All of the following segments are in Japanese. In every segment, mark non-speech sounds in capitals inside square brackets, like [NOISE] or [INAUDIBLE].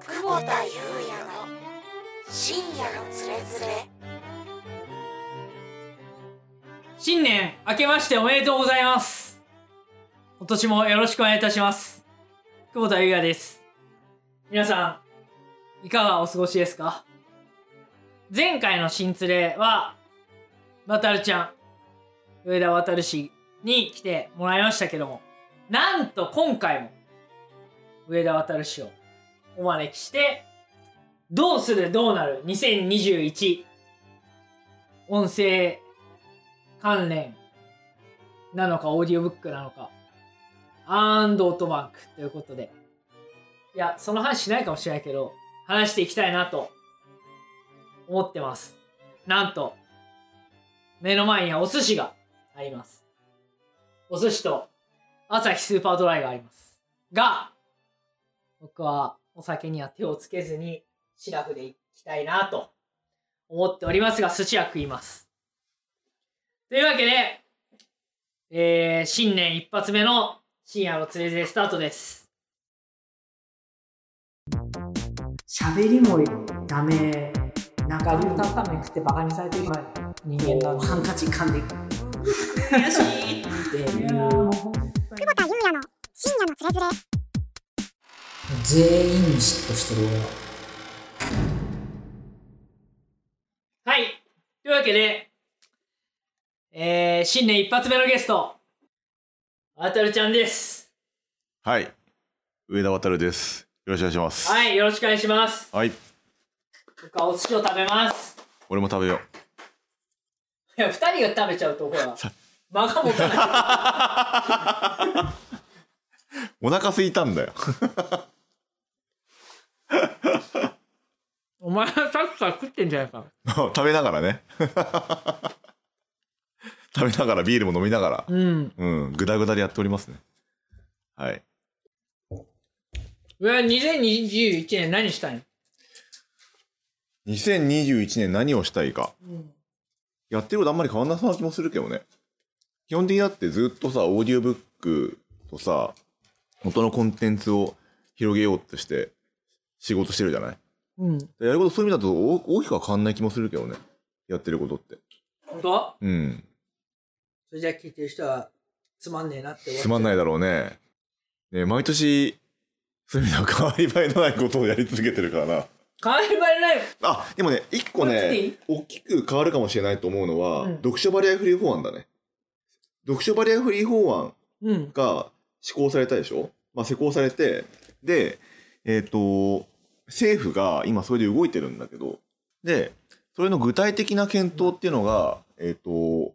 久保田裕也の深夜のつれづれ新年明けましておめでとうございます今年もよろしくお願いいたします久保田裕也です皆さんいかがお過ごしですか前回の新連れは渡るちゃん上田渡氏に来てもらいましたけどもなんと今回も上田渡氏をお招きしてどうするどうなる2021音声関連なのか、オーディオブックなのか、アンドオートバンクということで。いや、その話しないかもしれないけど、話していきたいなと思ってます。なんと、目の前にはお寿司があります。お寿司と、朝日スーパードライがあります。が、僕はお酒には手をつけずに、シラフでいきたいなと思っておりますが、寿司は食います。というわけで、えー、新年一発目の深夜のつれづれスタートです。喋りもダメ。なんか、歌ったのに食ってバカにされてる人間だハンカチ噛んでいく。悔しいっていう。久保田裕也の深夜のつれづれ全員に嫉妬してる俺ははい。というわけで、えー、新年一発目のゲスト、あたるちゃんです。はい。上田渉です。よろしくお願いします。。はいい、よろしくお願いします。はい。僕はお寿司を食べます。俺も食べよいや、二人が食べちゃうと、ほら、間が持たない。う。お腹空いたんだよ。 [LAUGHS] [LAUGHS] お前はさっきから食ってんじゃないか。食べながらね。 [LAUGHS] 食べながらビールも飲みながら、うん。うん、ぐだぐだでやっておりますね。はい。うわ、2021年何したい2021年何をしたいか。のやってることあんまり変わんなそうな気もするけどね。基本的にだってずっとさ、オーディオブックとさ、元のコンテンツを広げようとして仕事してるじゃないうん。やることそういう意味だと大大きくは変わんない気もするけどね。やってることって。本当うん。それじゃあ聞いてる人は、つまんねえなって。つまんないいだろうね。ね毎年、そういう意味では変わり映えのないことをやり続けてるからな。変わり映えない。あ、でもね、一個これ切っていねい、大きく変わるかもしれないと思うのは、うん読書バリアフリー法案だね。読書バリアフリー法案うん。が施行されたでしょまあ、施行されて、で、えっ、と、政府が今それで動いてるんだけど、で、それの具体的な検討っていうのが、えっ、と、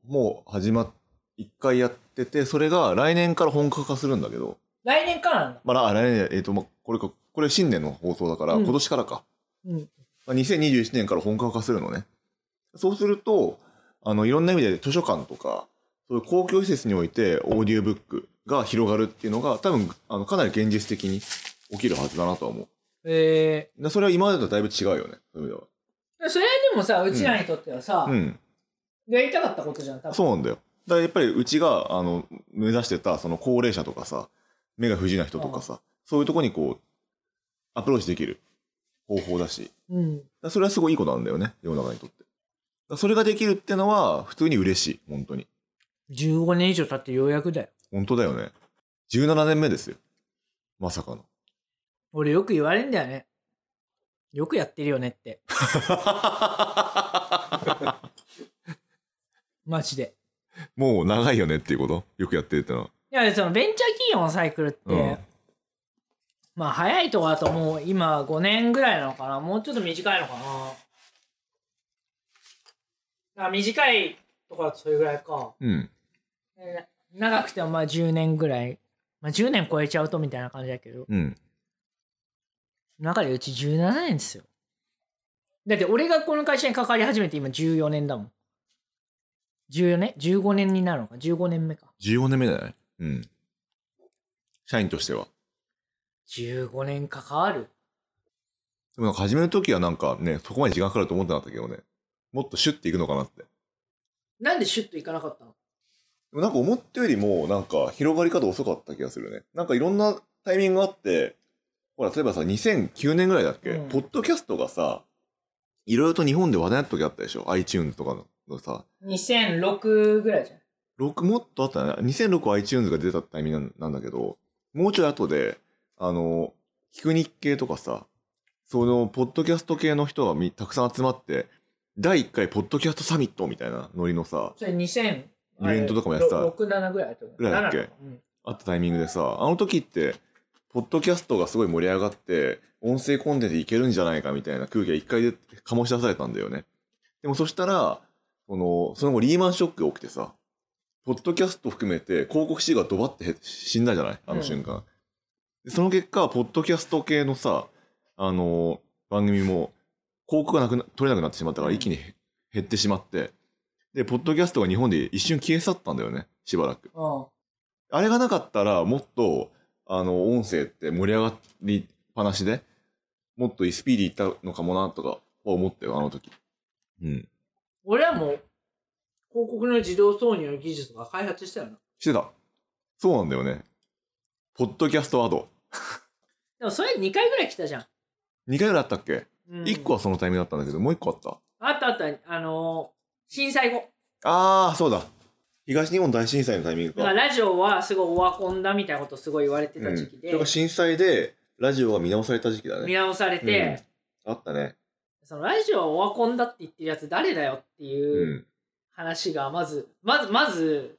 もう始まっ、一回やってて、それが来年から本格化するんだけど、来年からなんだ。まあ、あ来年、えっ、と、まあ、これか、これ新年の放送だから、うん今年からか。うん。まあ、2021年から本格化するのね。そうすると、あの、いろんな意味で図書館とか、そういう公共施設においてオーディオブックが広がるっていうのが、多分、あの、かなり現実的に起きるはずだなとは思えう。でそれは今までとだいぶ違うよね。そういう意味では。ー、それでもさ、うちらにとってはさ、うん。やりたかったことじゃん、多分。そうなんだよ。だからやっぱりうちが、あの、目指してた、その高齢者とかさ、目が不自由な人とかさ、そういうとこにこう、アプローチできる方法だし。う。うん。だからそれはすごいいいことなんだよね、世の中にとって。だからそれができるってのは、普通に嬉しい、本当に。 15年以上経ってようやくだよ。本当だよね。17年目ですよ。まさかの。俺よく言われんだよね。よくやってるよねって。マジで。もう長いよねっていうことよくやってるってのは。いや、そのベンチャー企業のサイクルって、うんまあ早いとこだともう今5年ぐらいなのかなもうちょっと短いのかなあ短いとこだとそれぐらいか。うん。えー長くてもまあ10年ぐらい。まあ10年超えちゃうとみたいな感じだけど、うん。中でうち17年ですよ。だって俺がこの会社に関わり始めて今14年だもん。14年 ?15 年になるのか ?15 年目か。 14年目じゃないうん。社員としては。 15年関わるでもなんか始めるときはなんかね、そこまで時間かかると思ってなかったけどね。もっとシュッていくのかなって。でなんでシュッといかなかったのもなんか思ったよりも、なんか広がり方遅かった気がするね。なんかいろんなタイミングがあって、ほら、例えばさ、2009年ぐらいだっけ、うんポッドキャストがさ、いろいろと日本で話題になった時あったでしょ ?iTunes とかのさ、 2006ぐらいじゃん。 6もっとあったね。2006 iTunes が出たタイミングなんだけど、もうちょい後で、あの、キクニッ系とかさ、その、ポッドキャスト系の人がみたくさん集まって、第1回ポッドキャストサミットみたいなノリのさ、それ2000。イベントとかもやってたあれ6、7ぐらいだと思う。ぐらいだっけ7うんあったタイミングでさ、あの時って、ポッドキャストがすごい盛り上がって、音声コンテンツいけるんじゃないかみたいな空気が一回で醸し出されたんだよね。でもそしたら、その、その後リーマンショックが起きてさ、ポッドキャスト含めて広告費がドバってへ死んだじゃないあの瞬間、でその結果、ポッドキャスト系のさ、あの、番組も広告がなくな取れなくなってしまったから一気にへ減ってしまって、で、ポッドキャストが日本で一瞬消え去ったんだよね、しばらく。うん。あれがなかったら、もっと、あの、音声って盛り上がりっぱなしで、もっとスピーディーいったのかもな、とか、思ったよ、あの時。うん。俺はもう、広告の自動挿入の技術が開発したよな。してた。そうなんだよね。ポッドキャストアド。でもそれ2回ぐらい来たじゃん。 2回ぐらいあったっけ、うん ?1 個はそのタイミングだったんだけど、もう1個あった。あったあった、あのー震災後。あー、そうだ。東日本大震災のタイミングだからラジオはすごいオワコンだみたいなことすごい言われてた時期で、うん、震災で、ラジオが見直された時期だ見ね。直されて、あったね。そのラジオはオワコンだって言ってるやつ誰だよってう。いうん話がまず、まず、まず、聞いてね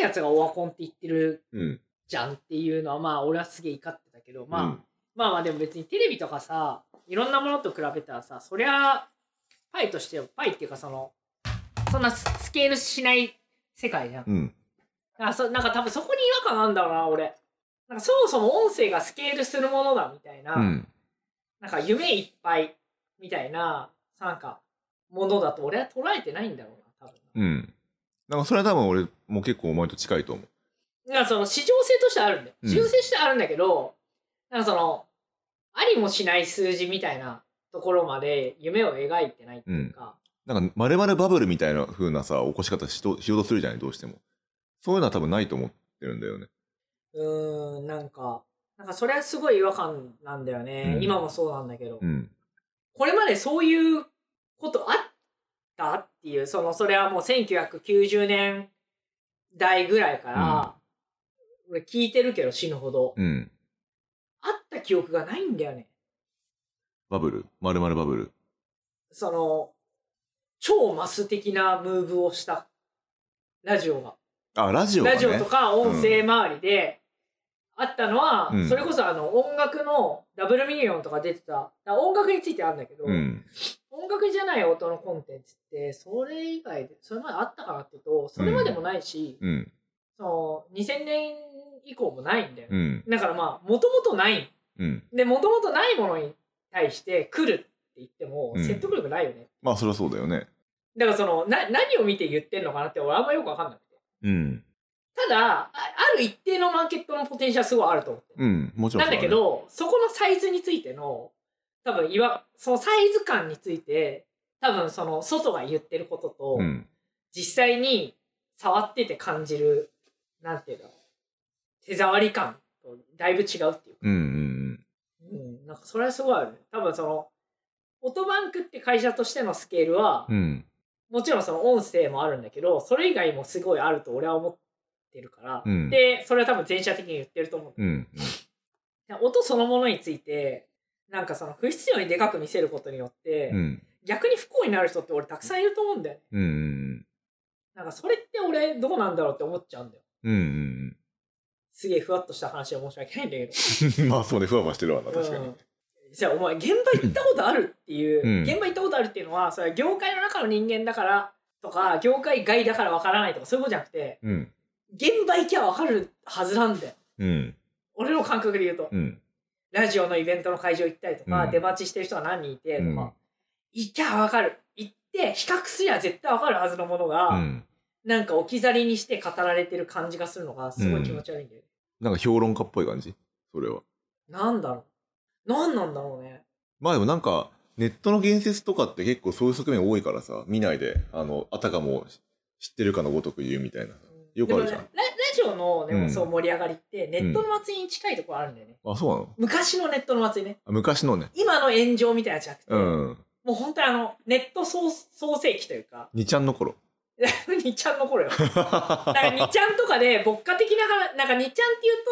えやつがオワコンって言ってるうん。じゃんっていうのはまあ俺はすげえ怒ってたけど、まあ、うんまあまあでも別にテレビとかさいろんなものと比べたらさそりゃパイとしてはパイっていうかそのそんなススケールしない世界じゃん、うん。あそなんか多分そこに違和感があるんだろうな俺なんかそもそも音声がスケールするものだみたいな、うん。なんか夢いっぱいみたいななんかものだと俺は捉えてないんだろうな多分うん。なんかそれは多分俺も結構お前と近いと思う。なんかその市場性としてあるんだよ。うん市場性としてあるんだけど、なんかその、ありもしない数字みたいなところまで夢を描いてないっていうか、なんか、まるまるバブルみたいな風なさ、起こし方しとしようとするじゃない、どうしても。そういうのは多分ないと思ってるんだよね。うーん、なんか、なんかそれはすごい違和感なんだよね。うん今もそうなんだけど、うん。これまでそういうことあったっていう、その、それはもう1990年代ぐらいから、俺聞いてるけど死ぬほど、うん。あった記憶がないんだよね。バブル。まるまるバブル。その、超マス的なムーブをした。ラジオが。あ、ラジオがね。ラジオとか音声周りで、あったのは、うんそれこそあの音楽のダブルミリオンとか出てた、だから音楽についてあるんだけど、うん。音楽じゃない音のコンテンツって、それ以外で、それまであったかなっていうと、それまでもないし、うん。その2000年以降もないんだよ。うん。だからまあ、もともとない。うん。で、もともとないものに対して来るって言っても、うん説得力ないよね。まあ、そりゃそうだよね。だからその、な、何を見て言ってんのかなって俺あんまよくわかんなくて。うん。ただ、あある一定のマーケットのポテンシャルすごいあると思ってる。うん。もちろんなんそうねだけ、ど、そこのサイズについての、多分いわ、そのサイズ感について、多分その外が言ってることと、うん。実際に触ってて感じる、なんていうの、手触り感とだいぶ違うっていうか。うん。うん。うん、なんかそれはすごいあるね。多分その、オトバンクって会社としてのスケールは、うん。もちろんその音声もあるんだけど、それ以外もすごいあると俺は思ってるから、うんで、それは多分全社的に言ってると思う。うん。うん。音そのものについて、なんかその不必要にでかく見せることによって、うん。逆に不幸になる人って俺たくさんいると思うんだよね。うん。うん。なんかそれって俺どうなんだろうって思っちゃうんだよ。うんうん。すげえふわっとした話は申し訳ないんだけど。うん [LAUGHS] まあ、そうね。ふわふわしてるわな、確かうにん。じゃあお前現場行ったことあるっていう、うん現場行ったことあるっていうのはそれは業界の中の人間だからとか業界外だからわからないとかそういうことじゃなくてうん。現場行きゃわかるはずなんだようん。俺の感覚で言うと、うん。ラジオのイベントの会場行ったりとか、うん出待ちしてる人が何人いてとか、うん行きゃわかる行って比較すりゃ絶対わかるはずのものが、うん。なんか置き去りにして語られてる感じがするのがすごい気持ち悪いんだよ、なんか評論家っぽい感じそれは。なんだろうなんなんだろうねまあでもなんか、ネットの言説とかって結構そういう側面多いからさ、見ないで、あの、あたかも知ってるかのごとく言うみたいな。よくあるじゃでもんねララジ上の、でうもんそう盛り上がりって、ネットの祭りに近いところあるんだよね。あ、そうなの昔のネットの祭りね。あ昔のね。今の炎上みたいなやつじゃなくて、うん。もう本当にあの、ネット創創世期というか、 2ちゃんの頃。 2ちゃんの頃よ。だから2あちゃんとかで、牧歌的な話、なんか2ちゃんっていう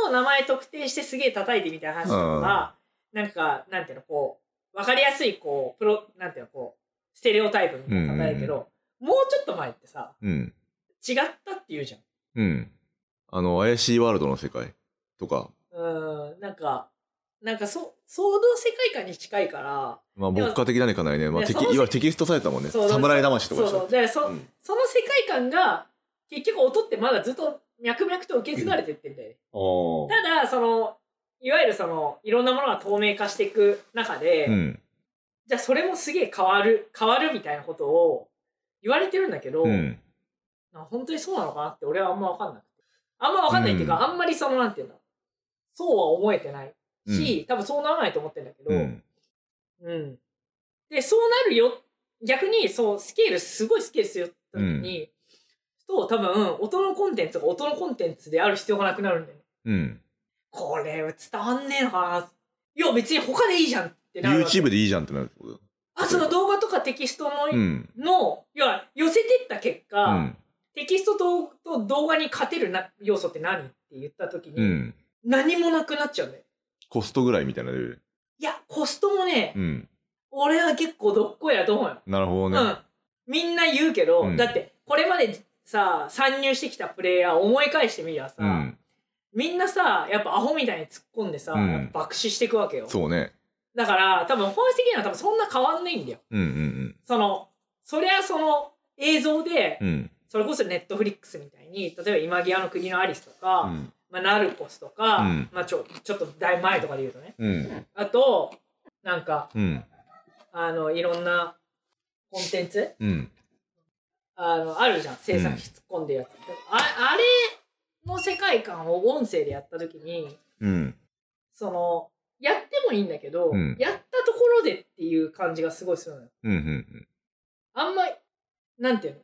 と名前特定してすげえ叩いてみたいな話とか、なんか、なんていうの、こう、わかりやすい、こう、プロ、なんていうの、こう、ステレオタイプみたいな叩いてるけど、もうちょっと前ってさ、 [LAUGHS] うん。違ったって言うじゃん。うん。あの、怪しいワールドの世界とか、うん、なんか、なんかそ、騒動世界観に近いから、まあ、で牧も歌的なねかないね。まあ、ねテそキいのわゆるテキストされたもんね。そう侍魂とかそうでしそょう。。で、そ、うんその世界観が、結局音ってまだずっと脈々と受け継がれてってんだよね。あただ、その、いわゆるその、いろんなものが透明化していく中で、ーうん。じゃあそれもすげえ変わる、変わるみたいなことを言われてるんだけど、うん。なんか本当にそうなのかなって俺はあんまわかんなくて。あんまわかんないっていうか、うんあんまりその、なんていうんだろうそうは思えてないし、多分そうならないと思ってるんだけど、うん。うん。で、そうなるよ。逆に、そう、スケール、すごいスケールするときに、と、多分、音のコンテンツが音のコンテンツである必要がなくなるんだよね。うん。ここれ、伝わんねえのかな。いや、別に他でいいじゃんってなるわけ。 YouTube でいいじゃんってなるってことあ、その動画とかテキストの、うん。の、いや、寄せてった結う果、ん。テキストとと動画に勝てるな要素って何って言ったときに、うん。何もなくなっちゃうんだよ。コストぐらいみたいなレベル。いや、コストもね、うん。俺は結構どっこいやと思うよ。なるほどね。うん、みんな言うけど、うんだってこれまでさ参入してきたプレイヤーを思い返してみりゃさ、うん。みんなさやっぱアホみたいに突っ込んでさ、うんやっぱ爆死していくわけよそうね。だから多分本質的には多分そんな変わんないんだようんうんそのそりゃその映像で、うん。うん。それこそネットフリックスみたいに例えば「今際の国のアリス」とうかん「まあ、ナルコス」とか、うんまあ、ちょちょっとだいぶ前とかで言うとねうん。あとなんかうん。あのいろんなコンテンツ、うん。あの、あるじゃん。制作費突っ込んでるやつ。ああれの世界観を音声でやったときに、うん。その、やってもいいんだけど、うんやったところでっていう感じがすごいするのよ。うん。うん。あんま、なんていうの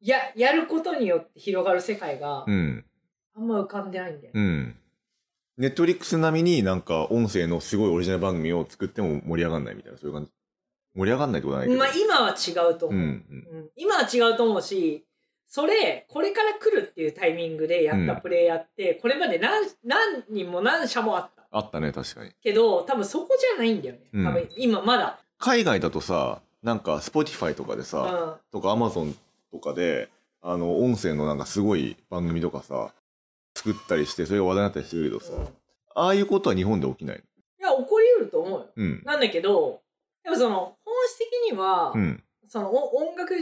や、やることによって広がる世界がう、ん。あんま浮かんでないんだよね。うん。ネットフリックス並みになんか音声のすごいオリジナル番組を作っても盛り上がんないみたいな、そういう感じ。盛り上がんないってことはないけど。まあ、今は違うとう思う、ん。うんうん今は違うと思うし、それ、これから来るっていうタイミングでやったプレイヤーって、これまで何、何人も何社もあった。あったね、確かに。けど多分そこじゃないんだよね、うん多分今まだ、海外だとさ、なんか Spotify とかでうん、さ、あとか Amazon とかで、あの、音声のなんかすごい番組とかさ、作ったりして、それが話題になったりしてるけどさ、うんああいうことは日本で起きない。いや起こりうると思うようん。なんだけどやっぱその本質的には、うん。そのお音楽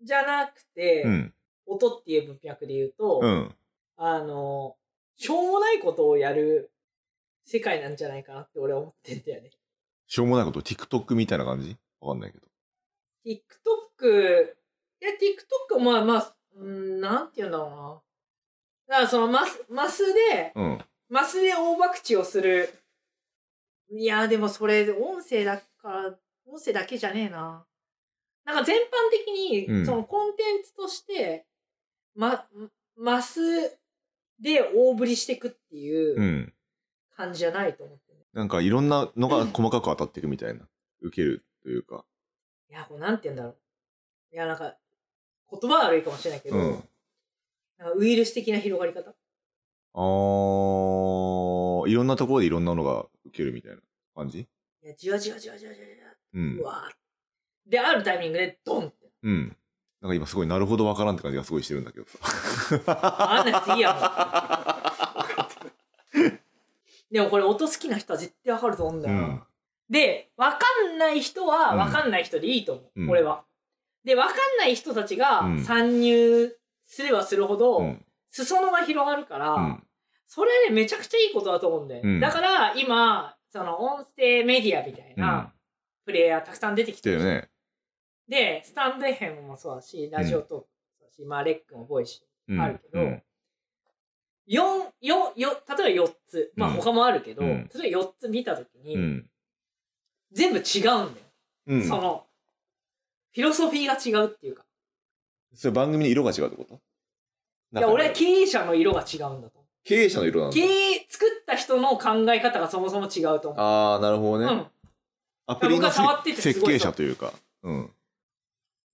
じゃなくて、うん。音っていう文脈で言うと、うん。あのしょうもないことをやる世界なんじゃないかなって俺は思ってんだよねしょうもないこと、TikTok みたいな感じわかんないけど。 TikTok いや TikTok まあまあうんなんて言うんだろうなだからそのマスマスでうん。マスで大博打をする。いやーでもそれ音声だから、音声だけじゃねえな。なんか全般的に、うん。そのコンテンツとして、ま、マスで大振りしてくっていううん感じじゃないと思って、ねなんかいろんなのが細かく当たってるみたいな。受けるというか。いや、これなんて言うんだろう。いや、なんか、言葉は悪いかもしれないけど、うん。なんかウイルス的な広がり方。あー、いろんなところでいろんなのが受けるみたいな感じいや、じわじわじわじわじわじわ、う。うんわーで、あるタイミングでドンって。うん。なんか今すごい、なるほどわからんって感じがすごいしてるんだけどさ。あんなやついいやも [LAUGHS] ん。でもこれ音好きな人は絶対わかると思うんだうよ。ん。で、わかんない人はうんわかんない人でいいと思う、うん俺は。で、わかんない人たちがうん参入すればするほど、うん。裾野が広がるから、うん。それはね、めちゃくちゃいいことだと思うんだよ。うんだから今、その音声メディアみたいうんな。プレイヤーたくさん出てきだてよる。ね。で、スタンド FM もそうだし、ラジオトークもそうだし、まあ、レックもボイシーうん。あるけどうん四四四例えば4つ、まあうん他もあるけど、うん例えば4つ見たときに、うん。全部違うんだよ、うん。その、フィロソフィーが違うっていうか。それ番組の色が違うってこといいや、俺、経営者の色が違うんだと。経営者の色なん経だ。営、作った人の考え方がそもそも違うと思う。ああ、なるほどうね。ん。アプリ僕のが触っててす設ごい計者というか。うん。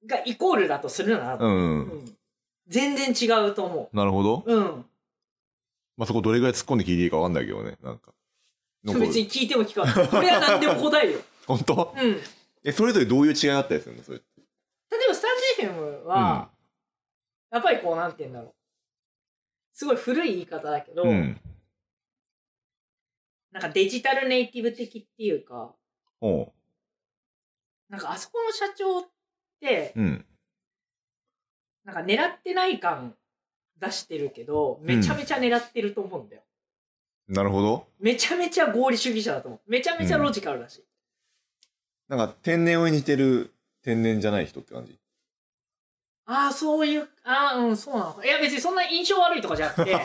がイコールだとするなら、う。うんん全然違うと思なるほど。う。うん。まあ、そこどれぐらい突っ込んで聞いていいかわかんないけどね。なんか。なんか別に聞いても聞かない。俺は何でも答えるよ。本当 [LAUGHS] うん。例ええ、それぞれどういう違いがあったりするのそれ。ば、スタンデーフェムは、やっぱりこう、なんて言うんだろう。すごい古い言い方だけど、うん。なんかデジタルネイティブ的っていうか、おうなんかあそこの社長って、うん。なんか狙ってない感出してるけど、めちゃめちゃ狙ってると思うんだよ。なるほど。めちゃめちゃ合理主義者だと思う。めちゃめちゃロジカルだし。なんか、天然を似てる天然じゃない人って感じ。 [LAUGHS] ああ、そういう、ああ、うん、そうなのか。いや、別にそんな印象悪いとかじゃな [LAUGHS] くて、いや、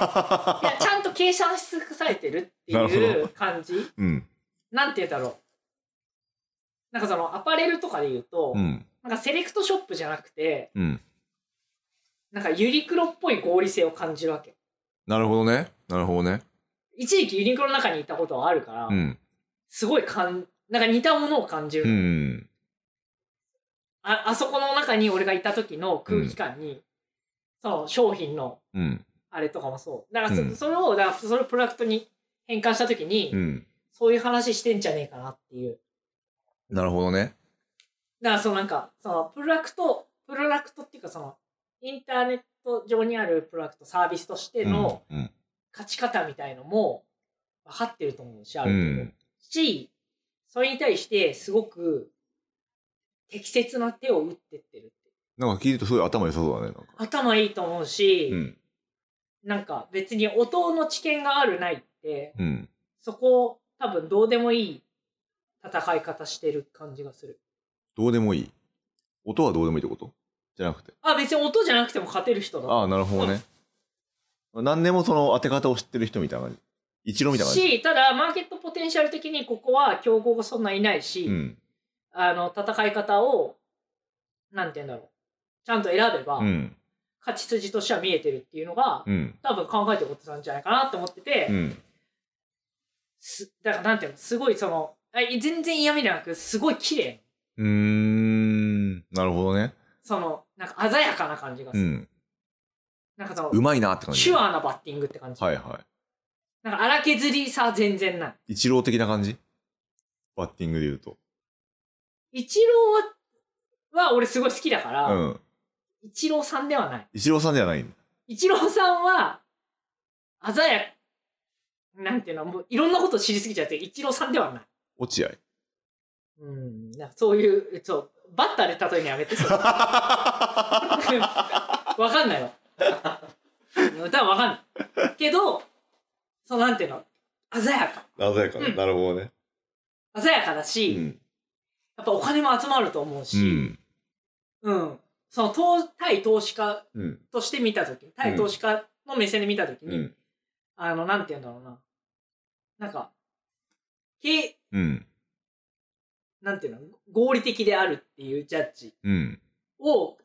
ちゃんと計算し尽くされてるってなるいほう感じ。うん。なんて言うんだろう。なんかその、アパレルとかで言うと、うん。なんかセレクトショップじゃなくて、うん。なんかユニクロっぽい合理性を感じるわけ。なるほどね。なるほどね。一時期ユニクロの中にいたことはあるから、うん。すごい感、なんか似たものを感じる。うん。ああそこの中に俺がいた時の空気感に、その商品のうん。あれとかもそう。だからそ,、うんそれを、だからそれをプロダクトに変換した時に、うん。そういう話してんじゃねえかなっていう。なるほどね。だからそのなんか、そのプロダクト、プロダクトっていうかその、インターネット上にあるプロダクト、サービスとしてのうん。うん勝ち方みたいのも分かってると思うし、あうる程度。ん。し、それに対してすごく適切な手を打ってってるって。なんか聞いてるとすごい頭良さそうだね。なんか。頭いいと思うし、うん。なんか別に音の知見があるないって、うん。そこを多分どうでもいい戦い方してる感じがする。どうでもいい。音はどうでもいいってことじゃなくて。あ、別に音じゃなくても勝てる人だ。ああ、なるほどね。何でもその当て方を知ってる人みたいな感じ。一郎みたいな感じ。し、ただマーケットポテンシャル的にここは競合がそんないないし、うん。あの、戦い方を、なんて言うんだろう。ちゃんと選べば、うん。勝ち筋としては見えてるっていうのが、うん。多分考えてることなんじゃないかなと思ってて、うん。すだからなんていうのすごいそのあい全然嫌味じゃなくすごい綺麗うーん。なるほどね。そのなんか鮮やかな感じがすうる、ん。なんかそのうまいなって感じ。シュアなバッティングって感じ、はいはなんか荒削りさ全然ないい。一郎的な感じバッティングで言うと。イチローはは俺すごい好きだから、うん。イチローさんではない一郎さんではないんだ。イチローさんは鮮やなんていうのもういろんなこと知りすぎちゃってイチローさんではない落 [LAUGHS] 合。うんなんかそういうそうバッターで例えるのやめてそれ [LAUGHS] わかんないわ。歌はわかんない。けど、そのなんていうの、鮮やか。鮮やかうんなるほどね。鮮やかだうし、ん。やっぱお金も集まると思ううし、ん。うん。その投、対投資家うん。として見たとき、対投資家の目線で見たときうに、ん。あの、なんていうんだろうな。なんか、けうん。なんていうの、合理的であるっていうジャッジうん。を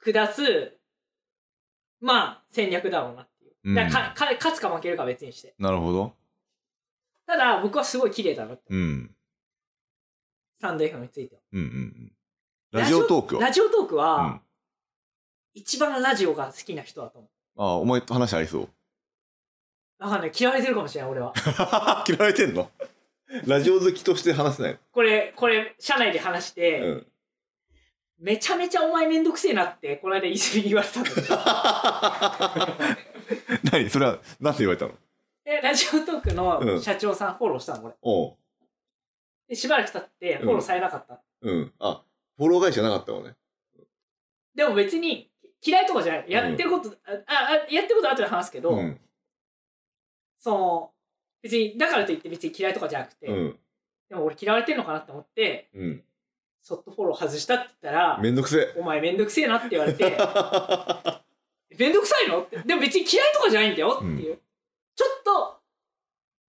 下す、まあ、戦略だろうなっていう。だからかか勝つか負けるかは別にして。なるほど。ただ、僕はすごい綺麗だなって。うん。スタンド F については。うんうんうん。ラジオトークを。ラジオトークは、うん一番ラジオが好きな人だと思ああ、お前と話ありそう。う。わかんない。嫌われてるかもしれない、俺 [LAUGHS] は。嫌われてんのラジオ好きとして話せないこれ、これ、社内で話して、の。うん。 [LAUGHS] めちゃめちゃお前めんどくせえなって、この間、泉に言われたん [LAUGHS] だけど何それは、なんて言われたのでラジオトークうのん社長さんフォローしたの、これ。おう。で、しばらく経って、フォローされなかった。うん。あ、フォロー会社なかったのね。でも別に、嫌いとかじゃない。やってること、ああ、やってることは後で話すけど、うん。その、別に、だからといって別に嫌いとかじゃなくて、うん。でも俺嫌われてるのかなって思って、うん。そっとフォロー外したって言ったら、めんどくせお前めんどくせえなって言われて [LAUGHS] え。、 [LAUGHS] めんどくさいのって。でも別に嫌いとかじゃないんだよっていう。ちょっと、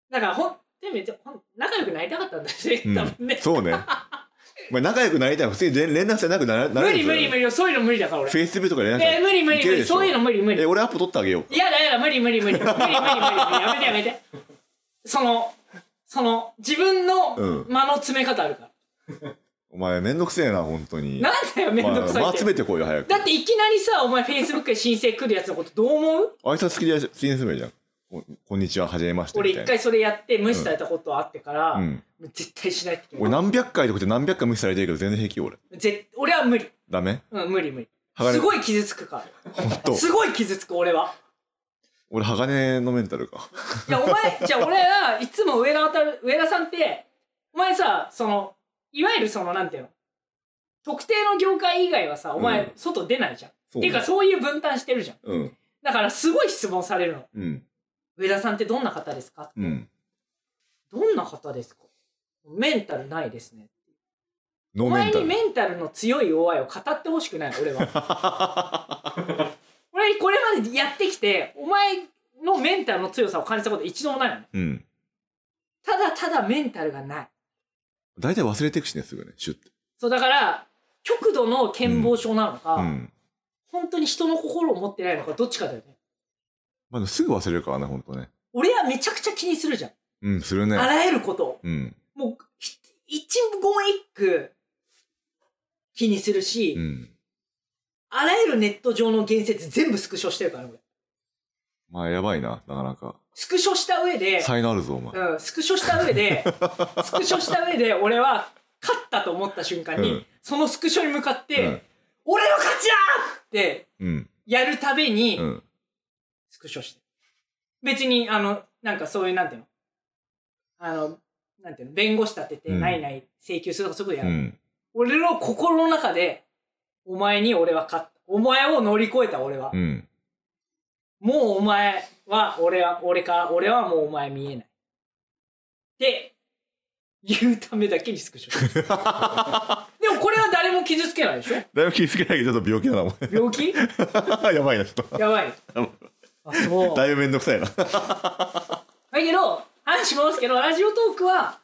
だからほん、でも別にほん仲良くなりたかったんだし、うん多分ね。そうね。まあ、仲良くなりたいの普通に連連絡して仲良くなれ無なれる理無理無理。理そういうの無理だから俺フェイスブックとかで連絡したらえー無理無理い無ける理でしょそういうの無理無理え、俺アップ取ってあげよう。いやだやだ無理無理無理無理無理無理無理無 [LAUGHS] 理やめてやめてそのその自分のうん間の詰め方あるから、お前めんどくせえな、本当に。なんだよめんどくさいまっあ、まあて、詰めてこいよ、早く。だっていきなりさお前フェイスブックで申請来るやつのことどう思う挨拶好きで好きにすめばいいじゃん。ここんにちは、はじめまして。俺みた一いな回それやって無視されたことあってから、うん。絶対しないって決め俺何百回とかって何百回無視されてるけど全然平気よ俺。たぜ俺は無理ダメうん無理無理剥がれすごい傷つくかほんらと。すごい傷つく俺は俺、鋼のメンタルか。いやお [LAUGHS] 前じゃあ俺はいつも上田渡る上田さんってお前さそのいわゆるそのなんていうの特定の業界以外はさおうん前外出ないじゃん、そっていうかそういう分担してるじゃんうん。だからすごい質問されるのうん。上田さんってどんな方ですか、うん。どんな方ですかメンタルないですねノお前ーメンタにル。メンタルの強い弱いを語ってほしくない俺は俺これまでやってきてお前のメンタルの強さを感じたこと一度もないのね [LAUGHS] うん。ただただメンタルがない大体忘れてくしね、すぐね、シュッて。そうだから極度の健忘症なのか、うん。本当に人の心を持ってないのかどっちかだよねまあ、でもすぐ忘れるからね、ほんとね。俺はめちゃくちゃ気にするじゃん、うん、するねあ。らゆることをうん。もうひ一言一句気にするし、うん。あらゆるネット上の言説全部スクショしてるからね俺まあ、やばいな、なかなか。スクショした上で才能あるぞ、お前。うん、スクショした上 [LAUGHS] でスクショした上で俺は勝ったと思った瞬間に、うんそのスクショに向かって「うん俺の勝ちだ!」ってうん。やるたびにうん。スクショして別にあのなんかそういうなんていうのあのなんていうの弁護士立ててうんないない請求するとかそういうこうとやる、ん。俺の心の中でお前に俺は勝ったお前を乗り越えた俺は、うん。もうお前は、俺は、俺から、俺はもうお前見えない。って、言うためだけにスクショ。でもこれは誰も傷つけないでしょだいぶ気づけないけど、ちょっと病気だな、お病気前。 [LAUGHS] やばいな、ちょっと。やばい。あ、そう。だだいぶめんどくさいな。けど、話戻すけど、ラジオトークは、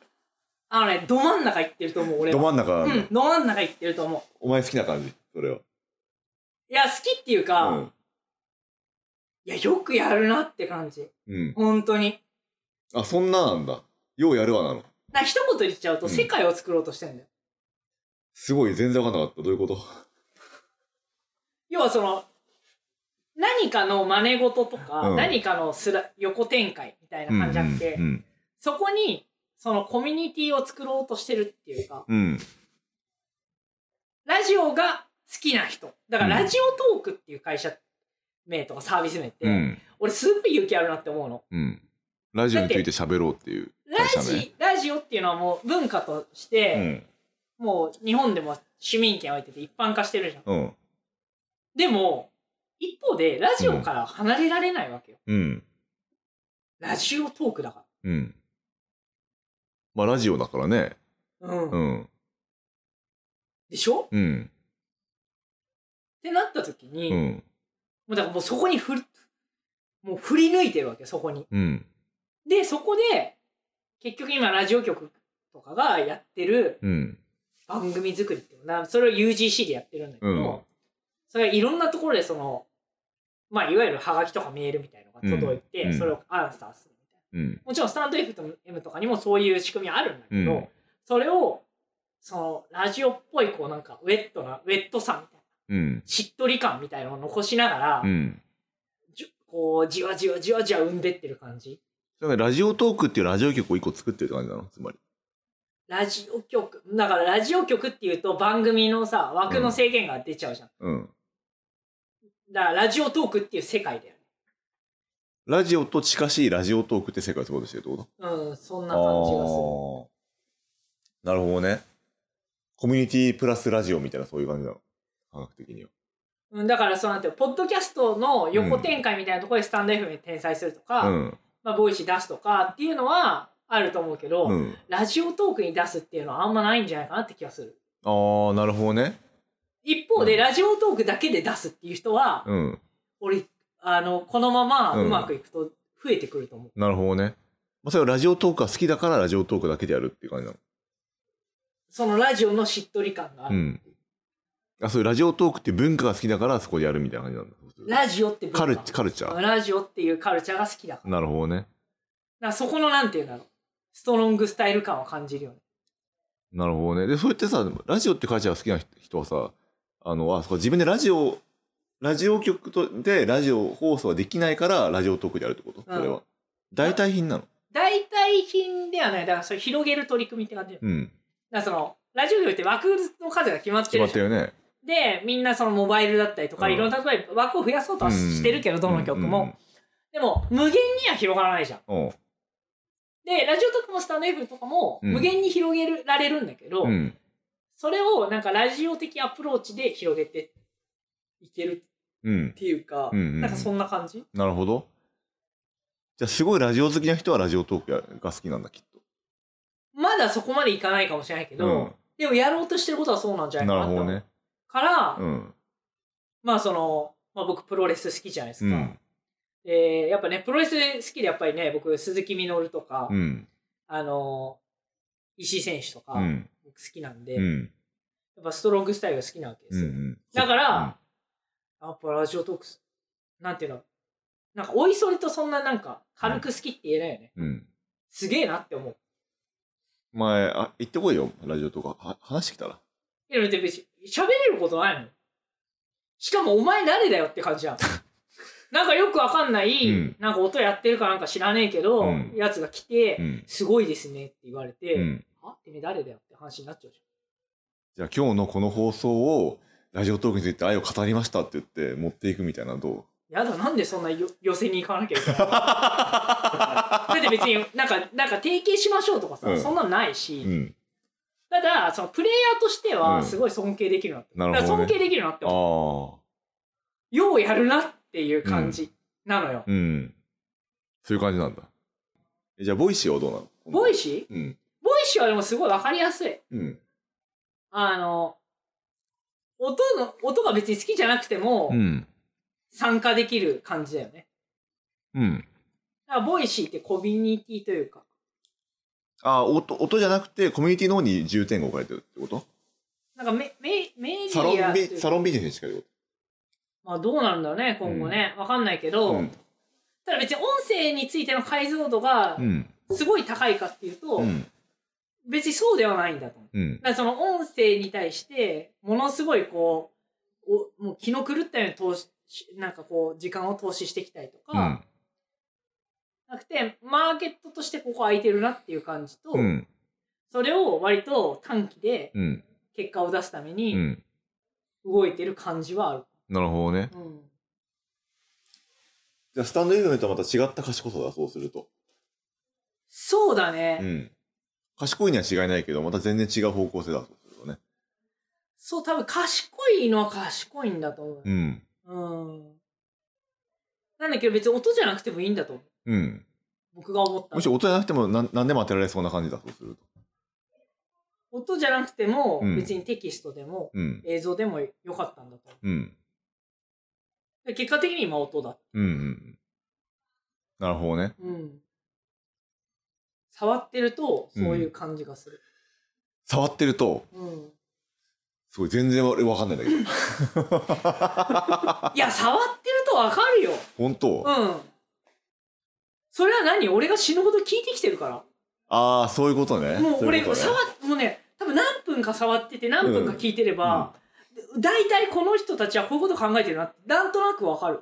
あのね、ど真ん中行ってると思う、俺どは。真ん中なうんだ、ん、ど真ん中行ってると思お前好きな感じ、それは。う。いや、好きっていうか、いや、よくやるなって感じ。うん。うん。本当に。あ、そんななんだ。ようやるわなの。な一言言っちゃうと、うん世界を作ろうとしてんだよ。すごい、全然わかんなかった。どういうこと要はその何かの真似事とか、うん何かのすら横展開みたいな感じじゃなくて、うん。そこにそのコミュニティを作ろうとしてるっていうかうん。ラジオが好きな人だからうんラジオトークっていう会社名とかサービス名って、うん。俺すごい勇気あるなって思うのうん。ラジオについて喋ろうっていうラ会社ジ、ね。ラジオっていうのはもう文化として、もう日本でも市民権を得てて一般化してるじゃんうん。うん。でも一方でラジオから離れられないわけよ、うん。ラジオトークだかうん。まあ、ラジオだからね。らうん、うん。でしょうん。ってなった時に、うもん。うだからもうそこに振る、もう振り抜いてるわけよ、そこに。うん。で、そこで、結局今ラジオ局とかがやってるうん。番組作りっていうのは、それを UGC でやってるんだけど、うんそれはいろんなところでその、まあいわゆるハガキとかメールみたいのが届いて、うんそれをアンサーするみたいうん。な。もちろんスタンド FM とかにもそういう仕組みはあるんだけど、うんそれを、そのラジオっぽいこうなんかウェットな、ウェットさみたいな、うん。しっとり感みたいのを残しながら、うん。じゅこう、じわじわじわじわ生んでってる感じ。だからラジオトークっていうラジオ局を一個作ってるって感じなのつまり。ラジオ局、だからラジオ局っていうと番組のさ、枠の制限が出ちゃうじゃん。うん。だからラジオトークっていう世界だよね。ラジオと近しいラジオトークって世界を作ろうとしてるってことうん、そんな感じがする。あーなるほどね。コミュニティプラスラジオみたいなそういう感じなの。科学的には。うん、だからそうなんていうのポッドキャストの横展開みたいなところでスタンド FM に転載するとか、うん。まあ、ボイシー出すとかっていうのはあると思うけど、うん。ラジオトークに出すっていうのはあんまないんじゃないかなって気がする。ああ、なるほどね。一方で、うんラジオトークだけで出すっていう人は、うん。俺、あの、このままうんうまくいくと増えてくると思う。なるほどね。まあ、それはラジオトークが好きだからラジオトークだけでやるっていう感じなの。そのラジオのしっとり感があうる、ん。あ、そういうラジオトークって文化が好きだからそこでやるみたいな感じなんだ。ラジオって文化カルカルチャー。ラジオっていうカルチャーが好きだからなるほどね。だからそこのなんていうんだろうストロングスタイル感を感じるよねなるほどね。で、そうやってさ、ラジオってカルチャーが好きな人はさ、あの、あ、そうか、自分でラジオ、ラジオ局とでラジオ放送はできないからラジオトークでやるってことうんそれは。代替品なの。代替品ではないだからそれ広げる取り組みって感じだようん。だからそのラジオ業って枠の数が決まって決まるじったゃんよね。でみんなそのモバイルだったりとか、うんいろんな例えば枠を増やそうとはしてるけど、どの曲も、でも無限には広がらないじゃんうん。うんでラジオとかもスタンド F とかもうん無限に広げるられるんだけど、うん。うんそれをなんかラジオ的アプローチで広げていけるうんっ。ていうか、うんうんうんなんかそんな感じなるほど。じゃあ、すごいラジオ好きな人はラジオトークやが好きなんだ、きっまだそこまでいかないかもしれないけと。ど、でもやろうとしてることはそうなんじゃう。なんいかななるほどね。から、うん。まあその、まあ、僕プロレス好きじゃないでうすか、ん。でやっぱねプロレス好きでやっぱりね僕鈴木みのるとか、うん。あの石井選手とか、うん。僕好きなんで、やうん。っぱストロングスタイルが好きなわけでうすよ、ん。だから、やっぱラジオトークスなんていうのなんかおいそれとそんななんか軽く好きって言えないよね、うん。うん。すげえなって思う前、あ、行ってこいよ、ラジオトーク。は話してきたら。いや別に喋れることないのしかもお前誰だよって感じじ [LAUGHS] ゃんなんかよくわかんない、うんなんか音やってるかなんか知らねえけど、うんやつが来て、うん。すごいですねって言われて、うん。あてめえ誰だよって話になっちゃうじじゃあ、今日のこの放送を、ラジオトークについて愛を語りましたって言って、持っていくみたいな、どゃんやだなんでそんなよ寄せに行かなきゃいけないう [LAUGHS] だって [LAUGHS] う別になんかなんか提携しましょうとかさ、うんそんなのないし、ん。ただそのプレイヤーとしてうはんすごい尊敬できるなって、なるほどねだから尊敬できるなってあ思うあ。ようやるなっていう感じなのよ、うん。そういう感じなんだ。えじゃあ、ボイシーはどうなのボイシーうん。ボイシーはでもすごいわかりやすいうん。あの音の音が別に好きじゃなくてもうん。参加できる感じだよねうん。だからボイシーってコミュニティというかああ、音、音じゃなくて、コミュニティの方に重点が置かれてるってことなんかメメメデサロィアンというビかサロンビジネスに近いってこまあどうなるんだろうね今後ね、わかんないけど、とうん。ただ別に音声についての解像度がうん。すごい高いかっていうと、うん。別にそうではないんだと思ううん。だからその音声に対してものすごいこうおもう気の狂ったように投資なんかこう時間を投資していきたいとか、うん。なくてマーケットとしてここ空いてるなっていう感じと、うん。それを割と短期でうん。結果を出すためうにん。動いてる感じはある、なるほどね。うんじゃあ、スタンド FM とはまた違った賢さだ、そうすると。そうだね、うん。賢いには違いないけど、また全然違う方向性だ、そうするとね。そう多分賢いのは賢いんだと思う、うん。うんなんだけど別に音じゃなくてもいいんだと思ううん。僕が思ったむのしろ音じゃなくても何何でも当てられそうな感じだ、そうすると。音じゃなくてもうん別にテキストでもうん。映像でもよかったんだと思うん。うで結果的に今音だ、うんうん。なるほどね。うん、触ってるとそういう感じがする、触ってると、うんすごい、全然俺わかんないんだけど。いや、触ってるとわかるよ。本う当、ん。それは何俺が死ぬほど聞いてきてるかああ、そういうことね。ら。もうそうい俺、うことね触っ、もうね、多分何分か触ってて何分か聞いてれば、大体この人たちはこういうこと考えてるなって、なんとなくわかる。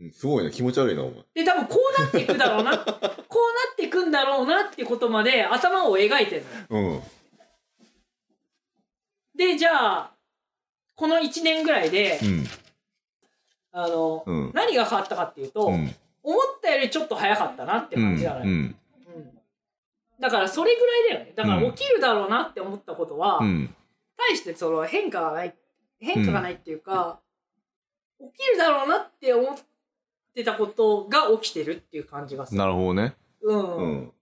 うんすごいね。気持ち悪いな、お前。で、多分こうなっていくだろう [LAUGHS] な、こうなっていくんだろうなってことまで頭を描いてるの。うん。で、じゃあ、この1年ぐらいで、うん。あの、うん。何が変わったかっていうと、うん。思ったよりちょっと早かったなってう感んじなのよ。うん。うんだからそれぐらいだよねだかうらん起きるだろうなって思ったことは、うん。大してその変化がない変化がないっていうか、起きるだろうなって思ってたことが起きてるっていう感じがする、なるほどね。うんうん。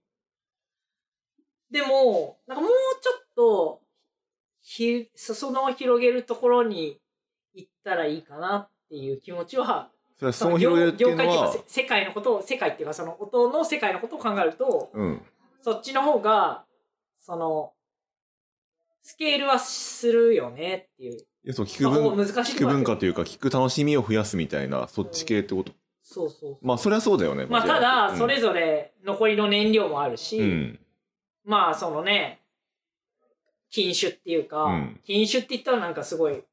でもなんかもうちょっとひ裾野を広げるところに行ったらいいかなっていう気持ちはそれは、その広げるっていうの業は界っていうか、せ世界のことを世界っていうかその音の世界のことを考えるとうん。そっちの方が、その、スケールはするよねっていう。いやそう聞まあ、くほぼ文難しいとこ聞く文化というか。か聞く楽しみを増やすみたいなそっち系ってことそうそうそう。まあそれはそうだよねまあ、ただ、それぞぞれ残りの燃料もあるし、うんまあ、そのね、禁酒っていうか、うん禁酒って言ったらなんかすごい、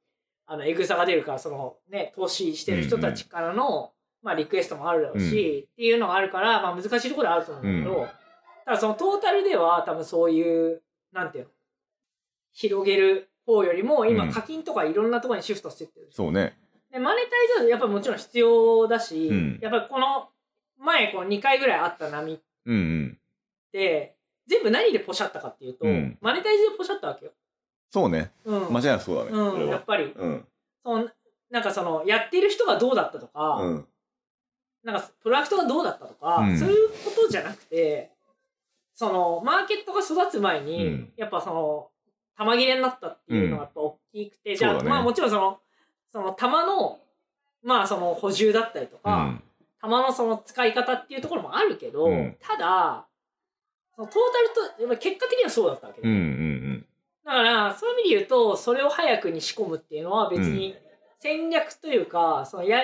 あの、エグさが出るから、そのね、投資してる人たちからの、まあ、リクエストもあるだろうし、っていうのがあるから、まあ、難しいところはあると思うんだけど、うんただ、そのトータルでは、多分そういう、なんていうの、広げる方よりも、う今、ん課金とかいろんなところにシフトしてってる。そうねで、マネタイズはやっぱりもちろん必要だし、うんやっぱりこの、前、こう、2回ぐらいあった波っうんうんで全部何でポシャったかっていうと、うんマネタイズでポシャったわけよ。そうねうん。間違いなくそうだねそれうん、やっはぱり、うんそのなんかその、やってる人がどうだったとか、うんなんかプロダクトがどうだったとか、うんそういうことじゃなくて、その、マーケットが育つ前に、うんやっぱその、玉切れになったっていうのがやっぱ大きくて、じゃあ、そうだねまあもちろんその、その玉の、まあその補充だったりとうか、ん玉のその使い方っていうところもあるけど、うんただ、そのトータルと、やっぱり結果的にはそうだったわけだようんうんだから、そういう意味で言うと、それを早くに仕込むっていうのは別に戦略というか、そのや、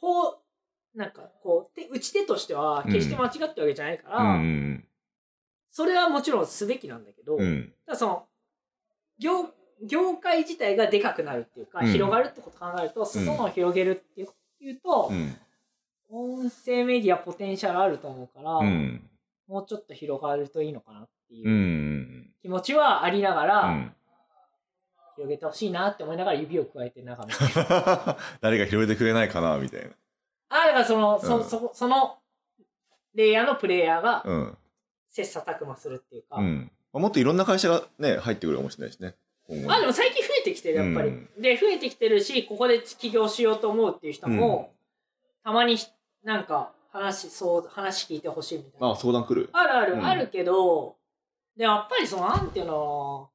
こう、なんかこう、手打ち手としては決して間違ってるわけじゃないから、うんうんそれはもちろんすべきなんだけど、うんうたんだその、業、業界自体がでかくなるっていうか、うん広がるってことを考えると、裾野を広げるっていういうと、うん音声メディアポテンシャルあると思うから、うんもうちょっと広がるといいのかなってうんういうん気持ちはありながら、うん [LAUGHS] 広げてほしいなって思いながら指を加えて眺めて誰か拾えてくれないかなみたいなああだからその、うそんそそのレイヤーのプレイヤーがうん切磋琢磨するっていうか、うんまあもっといろんな会社がね入ってくるかもしれないしね今後まあでも最近増えてきてるやっぱり、うんで増えてきてるしここで起業しようと思うっていう人も、たまにひなんか話そう話聞いてほしいみたいなあ相談来るあるある、うんあるけど、で、やっぱりその、なんていうの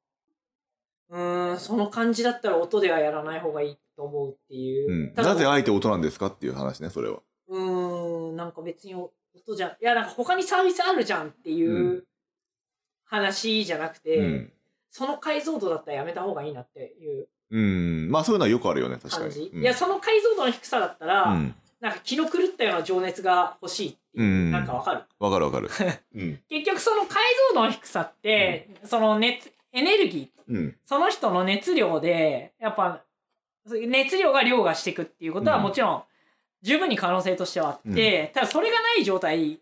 かな、うーん、その感じだったら音ではやらない方がいいと思うっていうう。んただなぜあえて音なんですかっていう話ねそれはうーん、なんか別に音じゃ、いや、なんか他にサービスあるじゃんっていう、う話じゃなくて、うんその解像度だったらやめた方がいいなっていううんまあそういうのはよくあるよね確か感にじ。うんいや、その解像度の低さだったら、うんなんか気の狂ったような情熱が欲しいっていう、うんなんかわかる。わかるわか [LAUGHS] るうん結局その解像度の低さって、その熱、エネルギーうんその人の熱量で、やっぱ、熱量が凌駕していくっていうことはうんもちろん、十分に可能性としてはあって、ただそれがない状態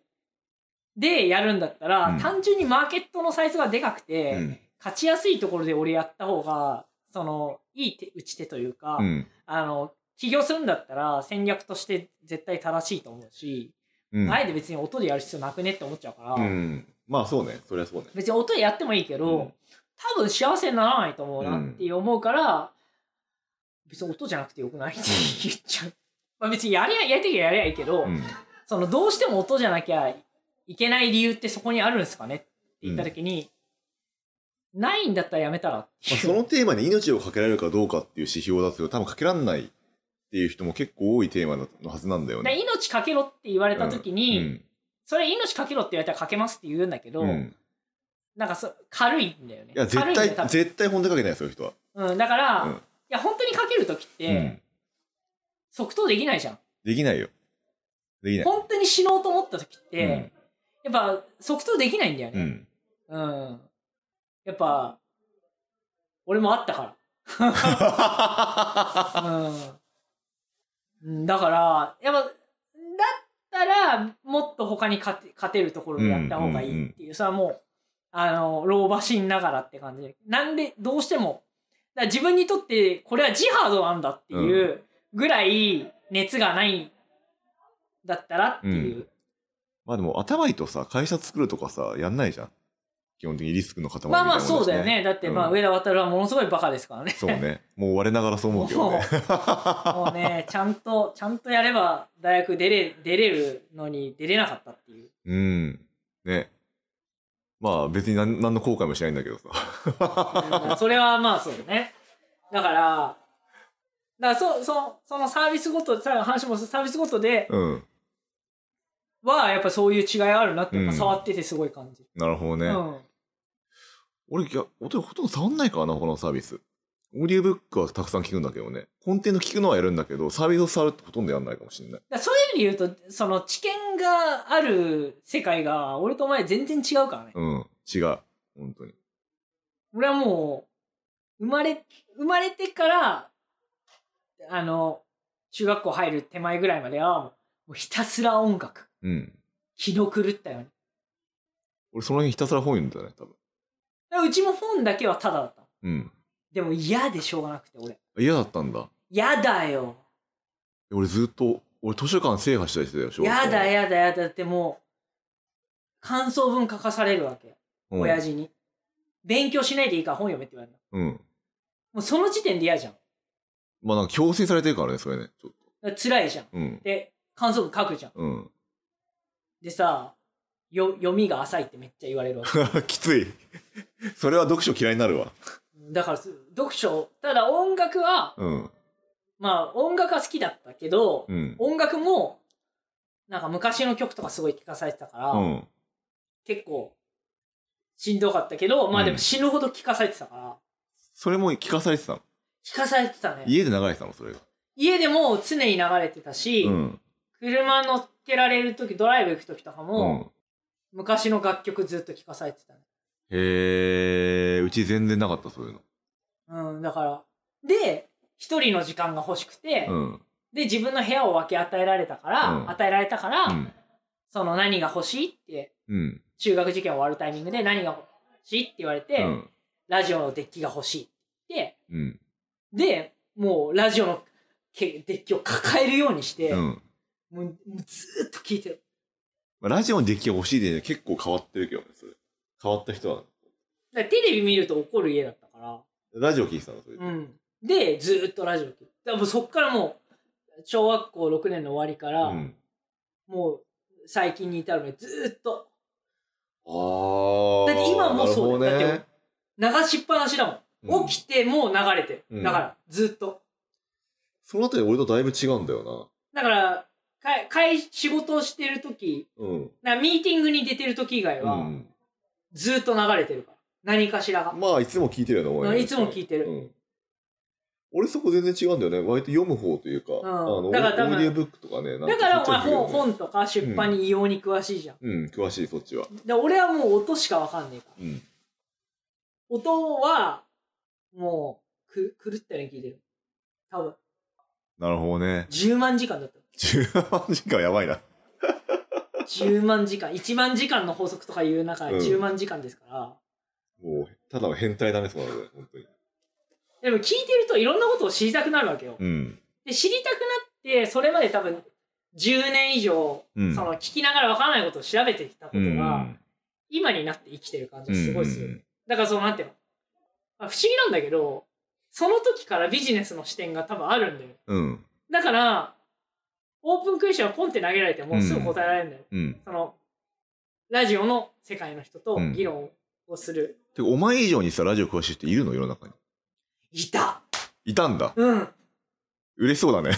でやるんだったら、うん単純にマーケットのサイズがでかくうて、ん勝ちやすいところで俺やった方が、その、いい手打ち手というか、うんあの、起業するんだったら戦略として絶対正しいと思うし、うんあえて別に音でやる必要なくねって思っちゃうから、うんまあそうねそりゃそうね別に音でやってもいいけど、うん多分幸せにならないと思うなっていう思うから、別に音じゃなくてよくないって言っちゃう。まあ別にやりゃ、やりたきゃやりゃいいけど、うんそのどうしても音じゃなきゃいけない理由ってそこにあるんですかねって言った時に、ないんだったらやめたらって [LAUGHS] まあいうそのテーマに命をかけられるかどうかっていう指標だけど多分かけらんないっていう人も結構多いテーマのはずなんだよでね命かけろって言われた時に、うんそれ命かけろって言われたらかけますって言うんだけど、うんなんかそ軽いんだよね。いや軽絶いんだよ多分対絶対本音かけないそういう人はうん、だから、うんいや本当にかける時って、うん即答できないじゃん。できないよできない本当に死のうと思った時って、うんやっぱ即答できないんだようね。 [LAUGHS] んうん。やっぱ、俺もあったかあら。うんうん。だから、やっぱ、だったら、もっと他に勝て勝てるところでやった方がいいっていう、それはもう、あの、老婆心ながらって感じで。なんで、どうしても、だから自分にとって、これはジハードなんだっていうぐらい熱がないんだったらっていう。うんまあでも頭いいとさ会社作るとかさやんないじゃん基本的にリスクの塊みたいまあなまもんあしそうだよね。だってまあうん上田渡るはものすごいバカですからね。そうねもう我ながらそう思うけどねもうね、ちゃんと、ちゃんとやれば大学出れ、出れるのに出れなかったっていう。うんねまあ別に何何の後悔もしないんだけど [LAUGHS] さそれはまあそうだね。だから、だからそ、そ、そのサービスごと、さ話もサービスごとでうんは、やっぱそういう違いあるなって、やっぱうん触っててすごい感じる。なるほどね、うん。俺、いや、ほとんど触んないからな、他のサービス。オーディオブックはたくさん聞くんだけどね。コンテンツ聞くのはやるんだけど、サービスを触るってほとんどやんないかもしれなだい。からそういう意味で言うと、その知見がある世界が、俺とお前全然違うからね。うん。違う。本当に。俺はもう、生まれ、生まれてから、あの、中学校入る手前ぐらいまでは、もうひたすら音楽。うん。気の狂ったように。俺、その辺ひたすら本読んでたね、多分。だからうちも本だけはただだった。うん。でも嫌でしょうがなくて、俺。嫌だったんだ。嫌だよ。俺ずっと、俺図書館制覇したりしてたよ、小学校やだやだやだってもう、感想文書かされるわけ。うん親父に。勉強しないでいいから本読めって言われるの。うん。もうその時点で嫌じゃん。まあなんか強制されてるからね、それね。ちょっと。だから辛いじゃん。うん。で、感想文書くじゃん。うん。 [LAUGHS] でさ、よ、読みが浅いってめっちゃ言われるわけ。きつい。 [LAUGHS] それは読書嫌いになるわ。だからす、読書、ただ音楽は、うん。まあ音楽は好きだったけど、うん。音楽も、なんか昔の曲とかすごい聴かされてたから、うん。結構、しんどかったけど、まあでうもん死ぬほど聴かされてたから、それも聞かされてたの。聞かされてたね。家で流れてたの、それが。家でも常に流れてたし、うん。車乗っけられる時ドライブ行く時とかうも、ん。昔の楽曲ずっと聞かされてたね。へえ、うち全然なかった、そういうの。うん、だから。で、一人の時間が欲しくて、うん。で、自分の部屋を分け与えられたから、うん与えられたから、うん。その何が欲しいって、うん。中学受験終わるタイミングで何が欲しいって言われて、うん。ラジオのデッキが欲しいって言って、うん。で、もうラジオのけデッキを抱えるようにして、うん。もうもうずーっと聞いてる。まあラジオの出来が欲しいで、ね、結構変わってるけどね、それ。変わった人は。だからテレビ見ると怒る家だったから、ラジオ聞いてたの、それ。うん。で、ずーっとラジオ聞いて。だからもうそっからもう、小学校6年の終わりから、うん。もう最近に至るまでずーっとあー。だって今もそうだなよるほどだって流しっぱなしだもん。うん起きてもう流れてる。うんだから、ずっと。そのあたり俺とだいぶ違うんだよだから、かいかい仕事をしてるとき、な。うん。なミーティングに出てるとき以外うは、ん。ずっと流れてるから。何かしらが。まあ、いつも聞いてるよね、お前うんいつも聞いてるうん俺そこ全然違うんだよね。割と読む方というか、あの、だから多オ分ーディオブックとかね、なんだから、お前ちっち本、ゃい時読むよね本とか出版に異様に詳しいじゃん。うん、詳しい、そっちは。で俺はもう音しかわかんねえから。うん。音は、もう、く、狂ったように聞いてる。多分、なるほどね。 10万時間だった。 10万時間はやばいな。 10万時間。1万時間の法則とかいう中でうん10万時間ですから。もう、ただの変態だね、そうなので、本当に。でも聞いてるといろんなことを知りたくなるわけよ。うん。で知りたくなってそれまで多分10年以上、うんその聞きながら分からないことを調べてきたことうが、ん。今になって生きてる感じうんがすごいする、だからそのなんていうの、まあ不思議なんだけどその時からビジネスの視点が多分あるんだようん。だからオープンクエスチョンをポンって投げられてもすぐ答えられるんだよ、うん。そのラジオの世界の人とうん議論をする、てかお前以上にさ、ラジオ詳しい人いるの世の中に。いたいたんだ。うん嬉しそう [LAUGHS] だね。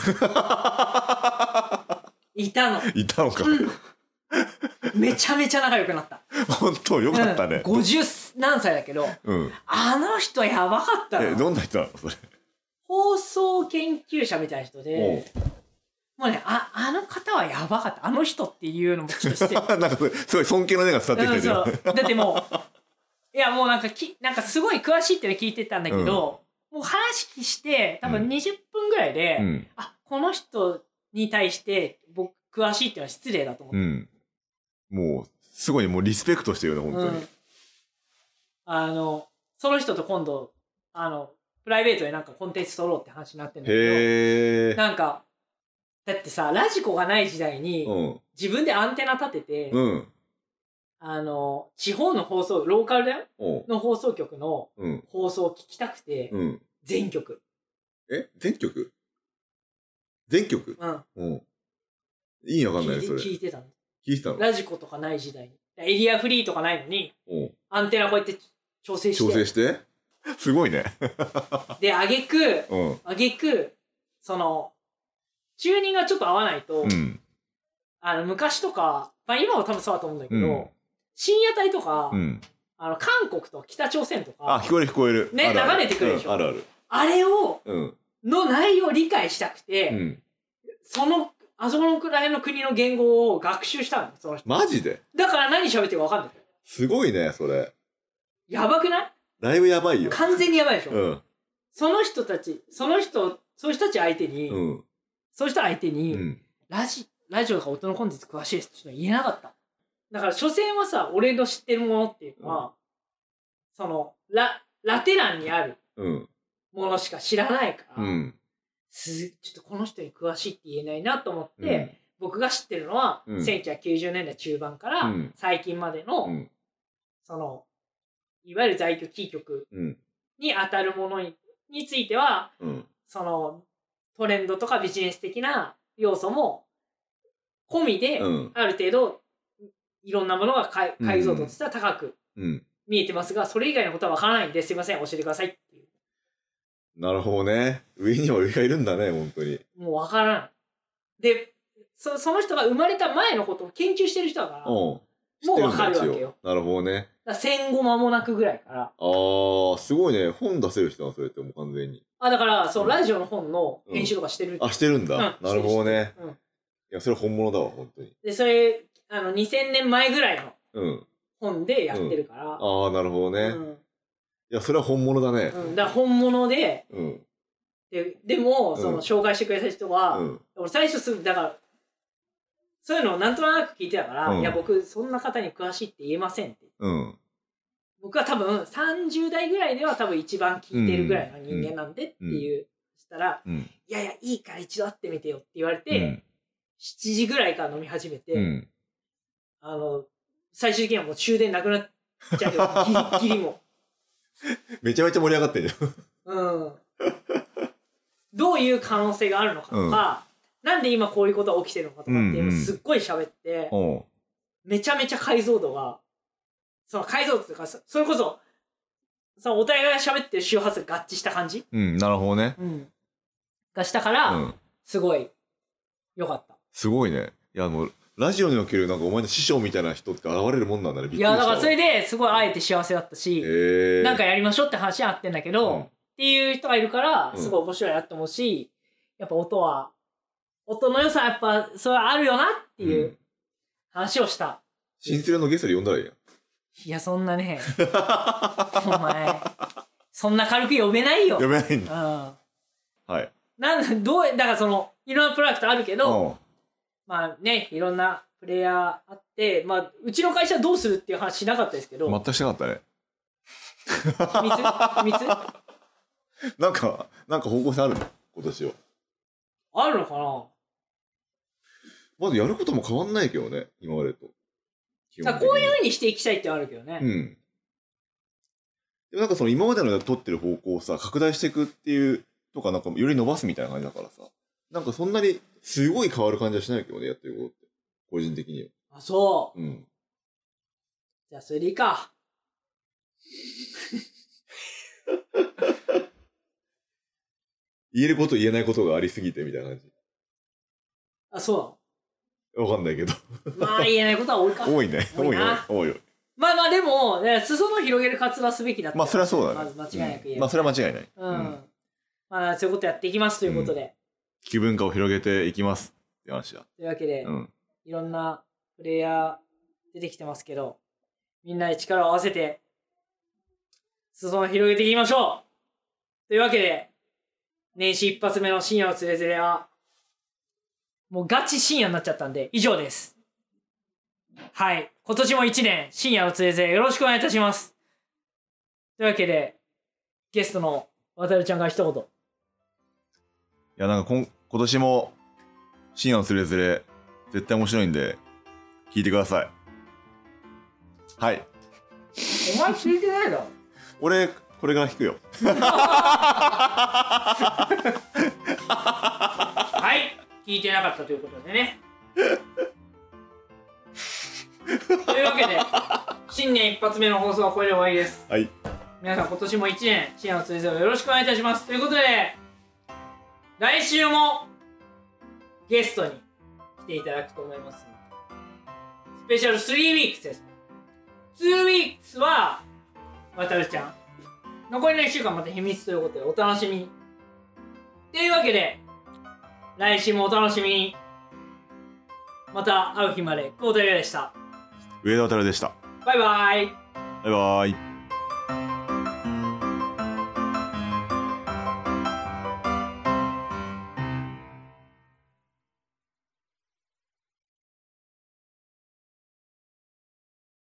いたのいたのか。うんめちゃめちゃ仲良くなった本当、よかったね。うん、50何歳だけどうん。あの人やばかったえ、な。どんな人なのそれ。放送研究者みたいな人で、もうね、あ、あの方はやばかった。あの人っていうのもちょっと失礼。 [LAUGHS] おうなんかすごい、すごい尊敬の念が伝わっうてん、きてるそよ。う。だってもう、いやもうなんかき、なんかすごい詳しいっての聞いてたんだけど、もう話聞きして、多う分ん20分ぐらいで、うん。あ、この人に対して僕、詳しいってのは失礼だと思うって。ん。もう、すごい、もうリスペクトしてるよね、本当に。あの、その人と今度、あの、プライベートでなんかコンテンツ撮ろうって話になってるんだけど、へーなんか、だってさ、ラジコがない時代に、うん。自分でアンテナ立てて、うん。あの、地方の放送、ローカルだよおうの放送局のうん。放送を聞きたくて、うん。全曲。え全曲全曲うん。うん。意味わかんないね、そ聞いて聞いれ。聞てたの。いてたのラジコとかない時代に。エリアフリーとかないのに、うん。アンテナこうやって調整して、調整してすごいね。で、あげく、うん。あげく、その、チューニングがちょっと合わないと、うん。あの、昔とか、まあ今は多分そうだと思うんだけど、うん深夜帯とか、うん。あの、韓国とか北朝鮮とあか、聞こえる聞こえるねああ流れてくるでしょうんあるあるあれを、うんの内容を理解したくて、うんその、あそこのくらいの国の言語を学習したの、その人。マジでだから何喋ってるか分かんない。すごいねそれやばくないだいぶやばいよ完全にやばいでしょ、うんその人たち、その人、そういう人たち相手に、うんそういう人相手うに、んラジ、ラジオが音のコンテンツ詳しいですってちょっと言えなかった。だから、所詮はさ、俺の知ってるものっていうのは、その、ラ、ラテ欄にあるうんものしか知らないから、うんすちょっとこの人に詳しいって言えないなと思って、うん僕が知ってるのは、うん1990年代中盤からうん最近までの、うんその、いわゆる在居キー局うんに当たるものにについては、うんその、トレンドとかビジネス的な要素も込みで、うんある程度、いろんなものが解うん解像度としては高くうん見えてますが、それ以外のことはわからないんで、すいません、教えてくださいっていなるほどね上には上がいるんだね本当にう。もうわからん。で、そその人が生まれた前のことを研究してる人だから、うんもう知ってんだわかるわけよ一応なるほどねだから戦後間もなくぐらいから。あーすごいね本出せる人なのそれってもう完全にあ、だから、そのうんラジオの本の編集とかしてる。あしてるんだ、うんなるほどねうんいやそれ本物だわ本当にで、それ、あの、2000年前ぐらいのうん本でやってるから。ああなるほどね、ういん。やそれは本物だねうん。だから本物で、うんででも、そうんの、紹介してくれた人は、うん俺最初すぐだからそういうのをなんとなく聞いてたから、うんいや僕そんな方に詳しいって言えませんってうん僕は多分30代ぐらいでは多分一番聞いてるぐらいの人間なんでっていう、したらうん「いやいやいいから一度会ってみてよ」って言われうて、ん7時ぐらいから飲み始めて、うんあの最終的にはもう終電なくなっちゃうよギリギリもめちゃめちゃ盛り上がってるじゃんうんどういう可能性があるのかとか、なんで今こういうことが起きてるのかとかっていうのをすっごい喋って、 [LAUGHS] うんめちゃめちゃ解像度が、その解像度というか、そそれこそ、そのお互いが喋ってる周波数が合致した感じ、うんなるほどねがしたから、うんすごい、良かった。すごいねいやもうラジオにおけるなんかお前の師匠みたいな人って現れるもんなんだねびっくいりしたや、だからそれですごい会えて幸せだったし、えー、なんかやりましょうって話はあってんだけど、うんっていう人がいるから、うんすごい面白いなと思うし、やっぱ音は、音の良さはやっぱ、それはあるよなっていううん話をした。新世代のゲストで呼んだらいいやんいや、そんな [LAUGHS] ね、お前、そんな軽く呼べないよ。呼べないんだうん。はいなんどう、だからその、いろんなプロダクトあるけうど、まあね、いろんなプレイヤーあって、まあ、うちの会社どうするっていう話しなかったですけど、ん全くしなかったね秘密秘密 [LAUGHS] なんかなんか方向性あるの今年はあるのかなまずやることも変わんないけどね、今までと。だからこういうふうにしていきたいってのはあるけどね。ううん。でもなんかその今までの取ってる方向をさ、拡大していくっていう、とかなんかより伸ばすみたいな感じだからさ、なんかそんなにすごい変わる感じはしないけどね、やってることって。個人的には。あ、そう。うん。じゃあ、それでいいか。言えること言えないことがありすぎてみたいな感じ。あ、そわかんない [LAUGHS] けど。う。まあ、言えないことは多いか。多いね。多多いいなな。多いよ。まあまあ、でも、ね裾野を広げる活動はすべきだって。まあそれはそうだね。まず間違いなく言えうんばまあそれは間違いない。うん。まあ、そういうことやっていきますということで。気分化を広げていきますって話だ。というわけで、うん。いろんなプレイヤー出てきてますけど、みんなで力を合わせて、裾野を広げていきましょうというわけで、年始一発目の深夜のつれづれは、もうガチ深夜になっちゃったんで、以上です。はい。今年も一年、深夜のつれづれよろしくお願いいたします。というわけで、ゲストの渡るちゃんが一言。いや、なんかこん今年も深夜のつれづれ絶対面白いんで、聞いてください。はい。お前聞いてないだ俺、これから弾くよ。はい聞いてなかったということで [LAUGHS] ねというわけで新年一発目の放送はこれで終わりですはい。皆さん今年も一年新年の通常をよろしくお願いいたしますということで来週もゲストに来ていただくと思いますスペシャル3ウィークスです2ウィークスは渡るちゃん残りの1週間また秘密ということでお楽しみにというわけで来週もお楽しみにまた会う日まで久保田裕也でした上田渡でしたバイバイバイバイ